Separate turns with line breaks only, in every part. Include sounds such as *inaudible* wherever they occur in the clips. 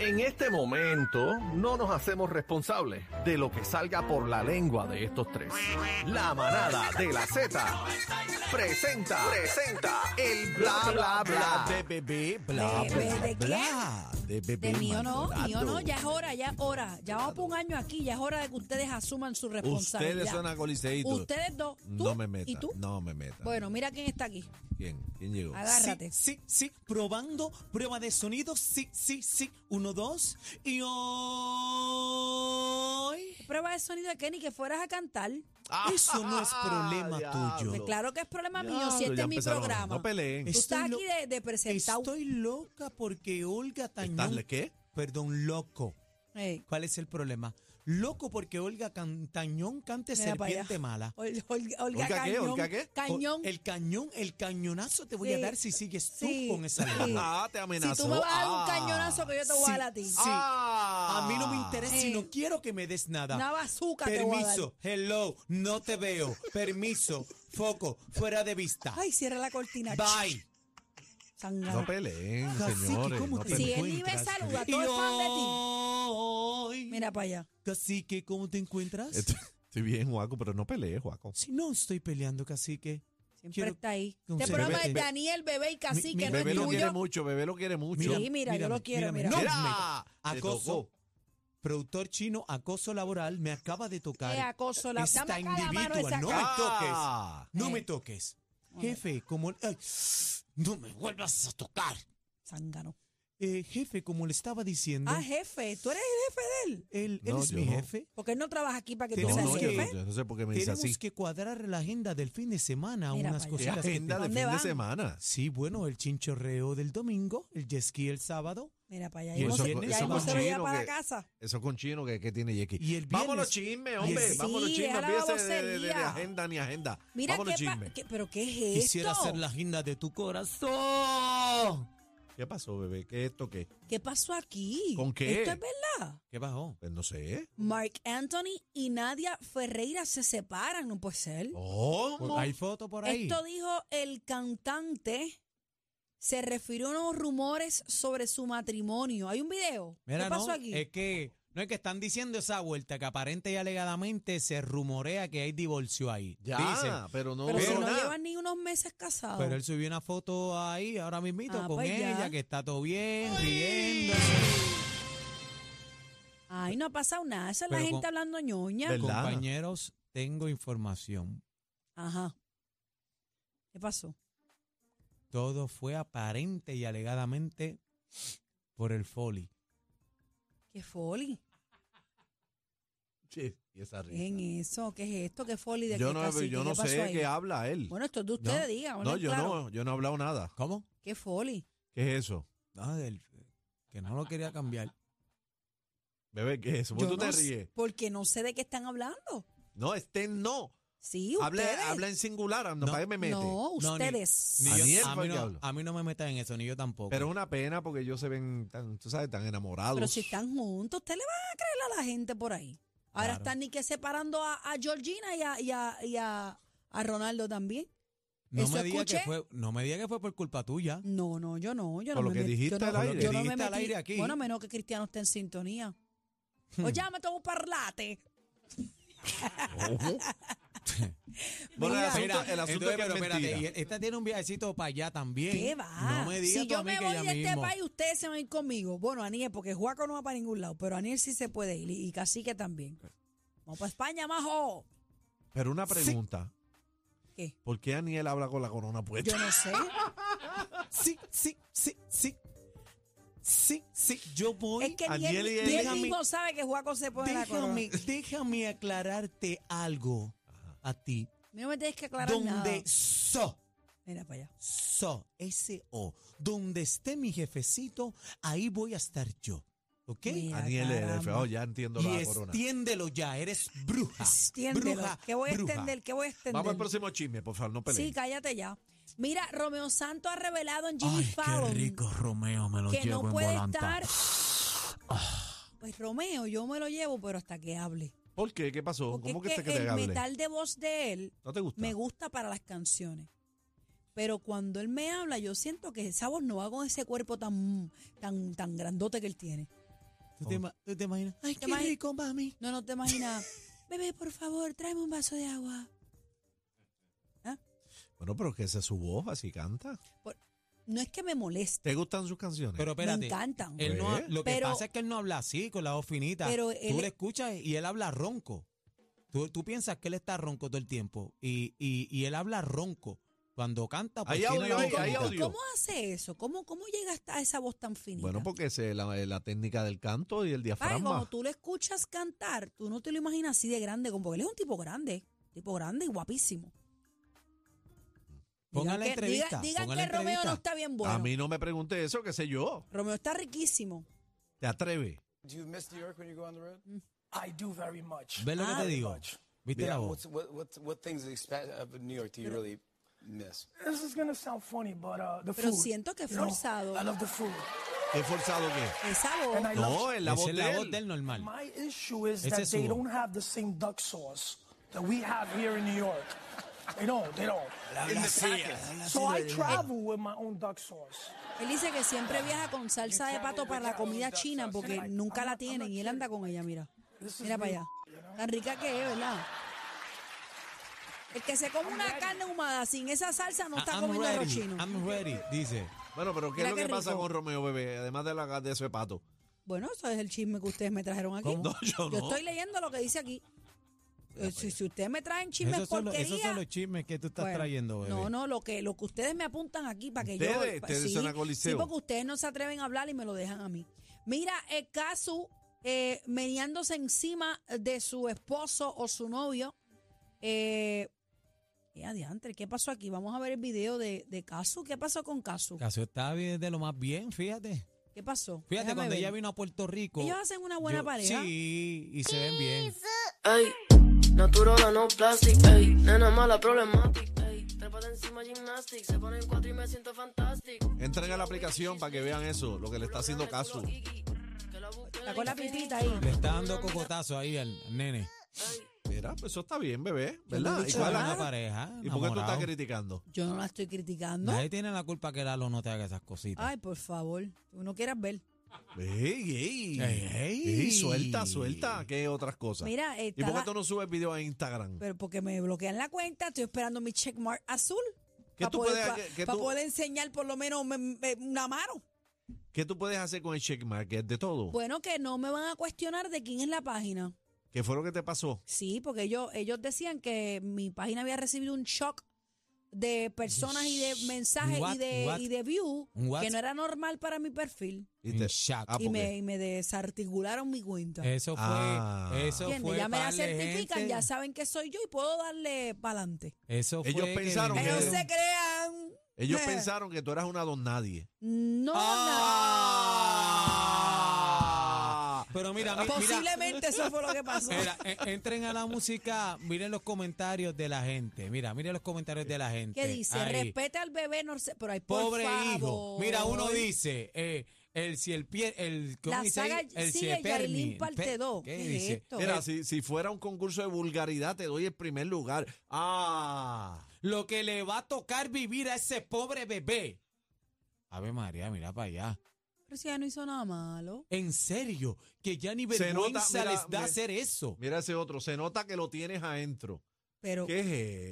En este momento no nos hacemos responsables de lo que salga por la lengua de estos tres. La manada de la Z presenta, presenta el bla bla bla.
de bebé, bla,
¿De-
bla,
de- de
bla. De bebé
De mío no,
Maldonado.
mío no, ya es hora, ya es hora. Ya vamos por un año aquí, ya es hora de que ustedes asuman su responsabilidad.
Ustedes son acoliceitos.
Ustedes dos, tú
No me metan.
y tú.
No me metan.
Bueno, mira quién está aquí.
¿Quién? ¿Quién llegó?
Agárrate.
Sí, sí, sí, probando, prueba de sonido, sí, sí, sí, uno, dos, y hoy...
Prueba de sonido de Kenny que fueras a cantar.
Ah,
Eso no es problema tuyo.
Pues claro que es problema mío,
Diablo,
si este
ya
es mi
empezaron.
programa.
No peleen.
Tú estás
Estoy
aquí de, de presentado.
Estoy loca porque Olga Tañón...
¿Estás qué?
Perdón, loco.
Ey,
¿Cuál es el problema? Loco porque Olga Can- Tañón cante
mira para allá.
serpiente mala.
Ol- Ol- Olga,
¿Olga qué?
Cañón.
¿Olga qué?
Cañón.
El cañón, el cañonazo te voy
Sí.
a dar si sigues
Sí.
tú con esa
Sí.
lengua.
Ah, te amenazó.
si tú me vas a dar un
Ah.
cañonazo que yo te voy a dar a ti.
Sí.
Ah.
A mí no me interesa y
Ey.
no quiero que me des nada.
Una bazooka te voy a dar.
Permiso, hello, no te veo. Permiso, foco, fuera de vista.
Ay, cierra la cortina.
Bye.
Sangana.
No peleen,
Cacique,
señores.
¿cómo
no
te
si
peleen.
él vive,
encuentras?
saluda.
Y
Todo es fan de ti.
hoy,
Mira para allá.
cacique, ¿cómo te encuentras?
Estoy estoy bien, Juaco, pero no pelees, Juaco.
Si no estoy peleando, cacique.
Siempre
Quiero-
está ahí.
con
Este
ser-
programa
Bebé-
es
be-
Daniel, bebé y
mi
cacique, no
Bebé
es
lo quiere
tuyo.
mucho, bebé lo quiere mucho.
Sí, mira, yo lo quiero, mira.
No,
Mira,
me-
te
acoso.
tocó.
Productor chino, acoso laboral, me acaba de tocar.
Qué acoso la-
Esta
dame acá la mano
individua,
esa
no
cara.
me toques.
Ah.
No
Eh.
me toques. Jefe, como... ay, no me vuelvas a tocar.
Zángano.
Eh, jefe, como le estaba diciendo,
Ah, jefe, tú eres el jefe de él.
él, él
No,
es
yo
mi
no.
jefe.
Porque él no trabaja aquí para que
No,
tú seas
no,
Tenemos
yo,
jefe.
que-
yo no sé por qué me dice
Tenemos
así.
que cuadrar la agenda del fin de semana,
Mira
unas
para allá.
¿Qué
cositas que
agenda de
tengo.
¿Dónde
fin de
van?
semana?
Sí, bueno, el chinchorreo del domingo, el jet ski el sábado.
Mira para allá.
Y
Y
eso-
no se- y
eso
ahí no
con
se lo lleva
chino
para la
que-
casa.
Eso con chino que, que tiene Jackie.
Y el viernes-
Vámonos chisme,
el-
hombre.
Sí,
vámonos chisme.
deja la
Olvídese de, de- de
babosería.
agenda ni agenda.
Mira
vámonos
qué, pa-
chisme.
qué- pero qué es esto.
Quisiera hacer la agenda de tu corazón.
¿Qué pasó, bebé? ¿Qué esto qué?
¿Qué pasó aquí?
¿Con qué?
Esto es verdad.
¿Qué bajó?
Pues no sé.
Mark Anthony y Nadia Ferreira se separan, no puede ser.
¿Cómo?
¿Hay foto por ahí?
Esto dijo el cantante. Se refirió a unos rumores sobre su matrimonio. Hay un video.
Mira,
¿Qué pasó
no,
aquí?
eh,
es que no es que están diciendo esa vuelta que aparente y alegadamente se rumorea que hay divorcio ahí.
Ya,
Dicen,
pero no.
pero si
veo
no
nada.
llevan ni unos meses casados.
Pero él subió una foto ahí ahora mismito
Oh. Ah,
con
pues ya.
ella, que está todo bien, riendo.
Ay, no ha pasado nada. Esa es la
Pero
gente
con-
hablando ñoña.
Del- ¿Verdad?
Compañeros, tengo información.
Ajá. ¿Qué pasó?
Todo fue aparente y alegadamente por el Foli.
¿Qué foli?
Sí, y esa risa.
¿Qué es eso? ¿Qué es esto? ¿Qué foli de
Yo
qué
no,
cacique?
yo no
¿Qué pasó
sé
ahí?
qué habla él.
Bueno, esto es de ustedes,
No,
digan.
no, yo
claro.
no, yo no he hablado nada.
¿Cómo?
¿Qué foli?
¿Qué es eso?
No, del- que no lo quería cambiar.
Bebé, ¿qué es eso? ¿Por qué
Yo
tú te
no sé,
ríes?
Porque no sé de qué están hablando.
No, estén no.
Sí, ustedes.
Habla, habla en singular, anda,
No.
para que me mete.
No,
No, ni-
ustedes.
*laughs* ni- Daniel
a,
fue el
mí
que
no,
habló.
a mí no me metan en eso, ni yo tampoco.
Pero es una pena porque ellos se ven tan, tú sabes, tan enamorados.
Pero si están juntos, usted le va a creer a la gente por ahí. Ahora
Claro.
están ni que separando a, a Georgina y a, y a- y a- a Ronaldo también.
no,
eso
me diga que
escuché.
fue, no me diga que fue por culpa tuya.
No, no, yo no, yo
Con
no
lo
me
que
met-
dijiste
yo no-
al aire.
yo no me
Dijiste al
metí-
aire aquí. Hmm.
Bueno, a menos que Cristiano esté en sintonía. Pues Oye, me tengo un
*laughs*
parlate.
Oh.
Bueno, el
*laughs* Mira.
asunto,
Mira,
el asunto
entonces,
es que
pero
es
espérate,
mentira.
y esta tiene un viajecito para allá también.
¿Qué va?
No me digas
si
tú a
yo
mí
me
que
voy
ella
de este
mismo.
país, ustedes se van a ir conmigo. Bueno, Aniel, porque Juaco no va para ningún lado, pero Aniel sí se puede ir y Cacique también. Vamos para España, majo.
Pero una pregunta.
¿Qué?
¿Por qué Aniel habla con la corona puesta?
Yo no
*laughs*
sé.
Sí, sí, sí, sí. Sí, sí, yo voy.
es que ni
Aniel
él,
y
ni él
Déjame-
mismo sabe que Juaco se pone la corona.
déjame, déjame aclararte algo a ti.
No me tienes que aclarar
donde
nada.
so
Mira para allá.
So, S-O. Donde esté mi jefecito, ahí voí a estar yo. ¿Ok?
Mira,
Aniel es
caramba.
oh, ya entiendo
Y
la corona.
extiéndelo ya, eres bruja.
Extiéndelo.
Ah, bruja,
que voy a
bruja.
extender, que voy a extender.
Vamos al próximo chisme, por favor, no
Sí,
peleen.
cállate ya. Mira, Romeo Santo ha revelado en Jimmy
Ay, qué
Fallon
rico, Romeo, me lo
que no
llevo en
puede
volanta. Ah.
estar. Pues Romeo, yo me lo llevo, pero hasta que hable.
¿Por qué? ¿Qué pasó?
Porque
¿Cómo
es
que,
que,
te que
el
te hable?
metal de voz de él
¿No te gusta?
me gusta para las canciones. Pero cuando él me habla, yo siento que esa voz no va con ese cuerpo tan, tan, tan grandote que él tiene.
¿Tú te, ima- tú te imaginas? Ay,
¿Te
qué
imagi-
rico, mami.
No, no
*laughs*
te imaginas. Bebé, por favor, tráeme un vaso de agua.
Bueno, pero que esa es su voz, así canta.
No es que me moleste,
¿Te gustan sus canciones?
Pero espérate.
me encantan.
Él no, ha-
Pues.
lo que
Pero-
pasa es que él no habla así, con la voz finita.
Pero él-
tú le escuchas y él habla ronco. Tú, tú piensas que él está ronco todo el tiempo y, y- y él habla ronco. Cuando canta, pues
Hay
tiene
audio
la
ahí,
boca
hay
bonita.
audio.
¿Cómo hace eso? ¿Cómo, cómo llega hasta esa voz tan finita?
bueno, porque es la, la técnica del canto y el
Ay,
diafragma.
como tú lo escuchas cantar, tú no te lo imaginas así de grande, como porque él es un tipo grande, tipo grande y guapísimo.
Pongan la
Digan que- diga-
entrevista.
digan
pongan la
que Romeo
entrevista.
no está bien bueno.
A mí no me pregunte eso, qué sé yo.
Romeo está riquísimo.
¿Te atreves?
Do you miss New York when you go on the road? I do very much.
¿Ves lo que
Ah.
te digo? ¿Viste la voz?
What's, what, what, what things expe- of New York do you really miss?
This is gonna sound funny, but uh, the
Pero
food.
siento que es
you know,
forzado.
I love the food.
¿Qué forzado que?
Esa voz.
And I
No,
love.
es Oh, la
Esa
voz
es
de
la
él.
voz del normal.
My issue is
Ese
that
es
they
su voz.
don't have the same duck sauce that we have here in New York. They don't. They don't.
In the packet.
So I
Ah,
travel with my own duck sauce.
Él dice que siempre viaja con salsa de pato para la comida china porque nunca la tienen y él anda con ella, mira. Mira para allá. Tan rica que es, ¿verdad? El que se come una carne ahumada sin esa salsa no está
I'm
comiendo arroz
ready,
chino.
I'm ready, dice.
Bueno, pero ¿qué
Mira
es lo
qué
que pasa
rico.
con Romeo, bebé? Además de, la, de ese pato.
Bueno, eso es el chisme que ustedes me trajeron aquí.
No, yo no. pues.
estoy leyendo lo que dice aquí. Eh, si, si ustedes me traen chismes
Esos son, los,
Pues porquería...
esos son los chismes que tú estás
bueno,
trayendo, bebé.
No, no, lo que, lo que ustedes me apuntan aquí para que yo...
Ustedes, ustedes
sí,
son a Coliseo.
sí, porque ustedes no se atreven a hablar y me lo dejan a mí. Mira, el caso eh, meneándose encima de su esposo o su novio. Eh, eh, adiantre, ¿qué pasó aquí? Vamos a ver el video de, de Casu. ¿Qué pasó con Casu?
Casio está bien de lo más bien, fíjate.
¿Qué pasó?
Fíjate,
Déjame
cuando
ver.
ella vino a Puerto Rico.
Ellos hacen una buena
yo-
pareja.
Sí, y se ven bien.
Ey, natural, no plastic, ey, nena mala, problematic, ey, trépate encima gymnastics, se ponen cuatro y me siento fantástico.
Entrega la aplicación para que vean eso, lo que le está haciendo caso.
Está con la pitita ahí.
Le está dando cocotazo ahí al al nene.
Mira, pues eso está bien, bebé,
Yo no he
¿verdad? ¿Y,
dicho
cuál-
Igual una
nada.
pareja.
¿Y por qué tú estás
enamorado.
criticando?
Yo no la estoy criticando.
Nadie tiene la culpa que Lalo no te haga esas cositas.
Ay, por favor, tú no quieras ver.
¡Ey, ey!
Ey, ey.
Ey, suelta, suelta! ¿Qué otras cosas?
Mira,
¿Y
está
por qué
la-
tú no subes video a Instagram?
pero porque me bloquean la cuenta, estoy esperando mi checkmark azul.
¿Qué
para
tú
poder,
puedes-
pa-
qué- qué
pa
tú-
poder enseñar por lo menos me- me- una mano.
¿Qué tú puedes hacer con el check mark? ¿Es de todo?
Bueno, que no me van a cuestionar de quién es la página.
¿Qué fue lo que te pasó?
Sí, porque ellos, ellos decían que mi página había recibido un shock de personas y de mensajes
What,
y de,
what,
y de view
what?
que no era normal para mi perfil.
Y
En
te-
shock.
Ah, Eh,
Y
¿por
me,
qué?
y me desarticularon mi cuenta.
Eso fue.
Ah.
Eso
¿Entiendes?
fue.
Ya me la
par de
certifican,
gente.
ya saben que soy yo y puedo darle para adelante.
Eso fue.
Ellos
que
pensaron
Que no
vinieron-
se crean. *laughs* Eh,
Ellos pensaron que tú eras una don nadie.
No,
Ah.
Pero mira,
no.
mi- mira.
Posiblemente eso fue lo que pasó.
mira, en- entren a la música, miren los comentarios de la gente. Mira, miren los comentarios de la gente.
¿Qué dice?
Ahí.
Respeta al bebé, no sé, pero hay por
Pobre hijo.
favor.
Mira, uno dice, eh, el si el pie, el ¿cómo
La
dice
saga
ahí? el
sigue, Yailin parte
Pe-
dos.
¿Qué
¿Qué es
dice?
esto?
Mira, si, si fuera un concurso de vulgaridad, te doy el primer lugar. ¡Ah!
Lo que le va a tocar vivir a ese pobre bebé. Ave María, mira para allá.
Pero si ya no hizo nada malo.
En serio, que ya ni
Se nota,
vergüenza
mira,
les da
mira.
hacer eso.
Mira ese otro. Se nota que lo tienes adentro.
Pero
¿Qué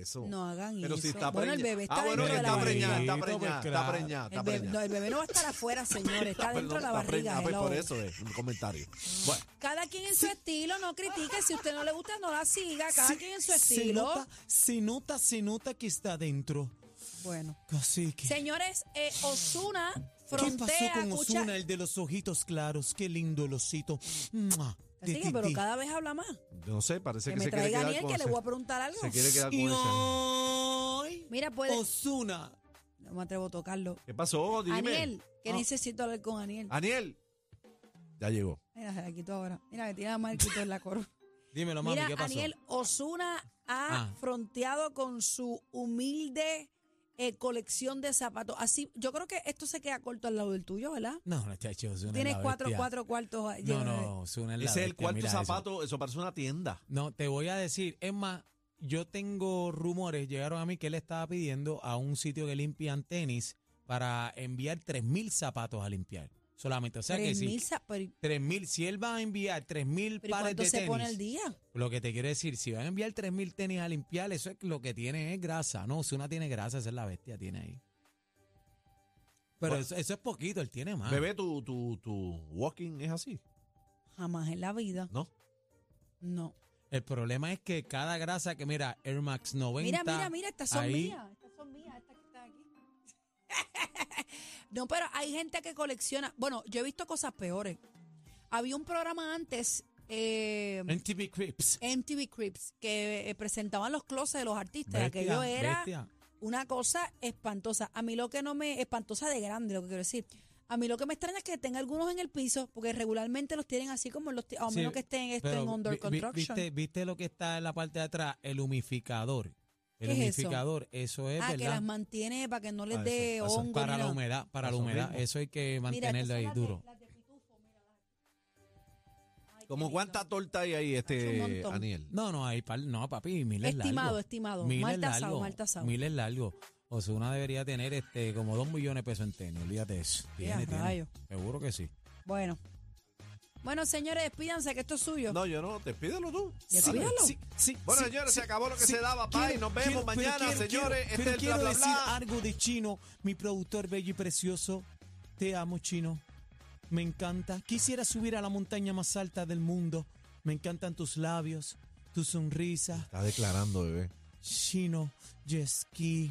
es eso?
no hagan
Pero
eso.
si está
bueno, el
preña-
bebé está
ah, bueno,
dentro
que
de
está
la
está
barriga.
preñada, está
barriga.
preñada,
Pues
está
claro.
preñada,
El
está
bebé, no,
preñada.
el bebé no va a estar afuera, señores.
*laughs*
Está
Perdón,
dentro de la
está
barriga. eh,
preñada, pues,
hello.
por eso es un
*gasps*
comentario. Bueno,
Cada quien en su estilo, no critique. Si usted no le gusta, no la siga. Cada
Sí,
quien en su
Se
estilo.
nota, se nota, se nota que está dentro.
Bueno.
Así que.
Señores, eh, Osuna
¿Qué
frontea.
pasó con
escucha-
Osuna, el de los ojitos claros? Qué lindo el osito. Mua,
Así
ti,
que,
ti,
pero
ti.
cada vez habla más.
no sé, parece
Que
que,
me
se quiere
traiga
quedar *laughs*
Daniel
con
que le
ese-
voy a preguntar algo.
Se quiere quedar con
Y
ese.
hoy,
Mira, puede.
Osuna
no me atrevo a tocarlo.
¿Qué pasó? Dime.
Aniel, que
Ah.
necesito hablar con Aniel.
Ah.
Aniel. Ya llegó.
Mira, se la quito ahora. Mira, que tiene la mano y quito en
*laughs*
la corona.
Dímelo, mami,
Mira,
¿qué pasó?
Aniel, Osuna ha
Ah.
fronteado con su humilde eh, colección de zapatos. Así, yo creo que esto se queda corto al lado del tuyo, ¿verdad?
No, no, chacho, Ozuna es
Tienes
la
cuatro,
bestia.
cuatro cuartos eh, ahí
No,
llenos de-
no, Ozuna es la
Ese es el
bestia,
cuarto
mira eso.
zapato, eso. parece una tienda.
No, te voy a decir, es más, yo tengo rumores, llegaron a mí que él estaba pidiendo a un sitio que limpian tenis para enviar 3.000 zapatos a limpiar. Solamente, o sea que
Tres
sí.
mil sa- pero,
3.000, si él va a enviar 3.000
pero ¿y
pares
¿cuánto
de
se
tenis.
pone el día?
Lo que te quiero decir, si van a enviar 3.000 tenis a limpiar, eso es lo que tiene es grasa. No, si una tiene grasa, esa es la bestia, tiene ahí. Pero
Bueno.
eso, eso es poquito, él tiene
Ah.
más.
Bebé, tu, tu, tu walking es así,
Jamás en la vida.
¿no?
No.
El problema es que cada grasa que, mira, Air Max 90.
Mira, mira, mira, estas son
ahí,
mías. Estas son mías, estas que están aquí. *laughs* no, pero hay gente que colecciona. Bueno, yo he visto cosas peores. Había un programa antes. eh,
NTV Crips.
MTV Crips, que eh, presentaban los closets de los artistas.
Bestia,
Aquello era
bestia.
una cosa espantosa. A mí lo que no me. espantosa de grande, lo que quiero decir. A mí lo que me extraña es que tenga algunos en el piso, porque regularmente los tienen así como los. ti- A
Sí,
menos que estén esto
Pero
en
vi-
under
vi-
construction.
Viste, viste lo que está en la parte de atrás? El humificador. El
¿Qué es eso?
humificador, eso, es,
ah,
¿verdad?
que las mantiene para que no les
Ah,
dé
eso, eso.
hongo.
para
ni
la
nada.
humedad, para la
Eso
humedad.
mismo.
Eso hay que
Mira, estas
mantenerlo
son
ahí
las de-
duro.
las de Pitufo, mira, las- Ay,
¿Como
qué
cuánta
lindo.
torta hay ahí,
Hace un
este
montón.
Aniel?
No, no, ahí, pal- no, papi, miles largos.
Estimado, estimado.
Miles
Mal tasado,
largos,
mal tasado.
Miles largos. Osuna debería tener este como dos millones de pesos en tenis, olvídate de eso.
Ya,
Tiene, tiene.
rayo.
Seguro que sí.
Bueno. Bueno, señores, despídanse que esto es suyo.
No, yo no, despídelo tú.
Despídelo.
Sí, sí,
Bueno,
sí,
señores,
sí,
se acabó lo que
sí.
se daba. Bye,
Quiero-
nos vemos
quiero- pero
mañana,
quiero-
señores.
Quiero,
Este
pero
es
quiero
bla, bla,
decir
bla.
algo de Chino, mi productor bello y precioso. Te amo, Chino. Me encanta. Quisiera subir a la montaña más alta del mundo. Me encantan tus labios, tu sonrisa.
Está declarando, bebé.
Chino, Yeski.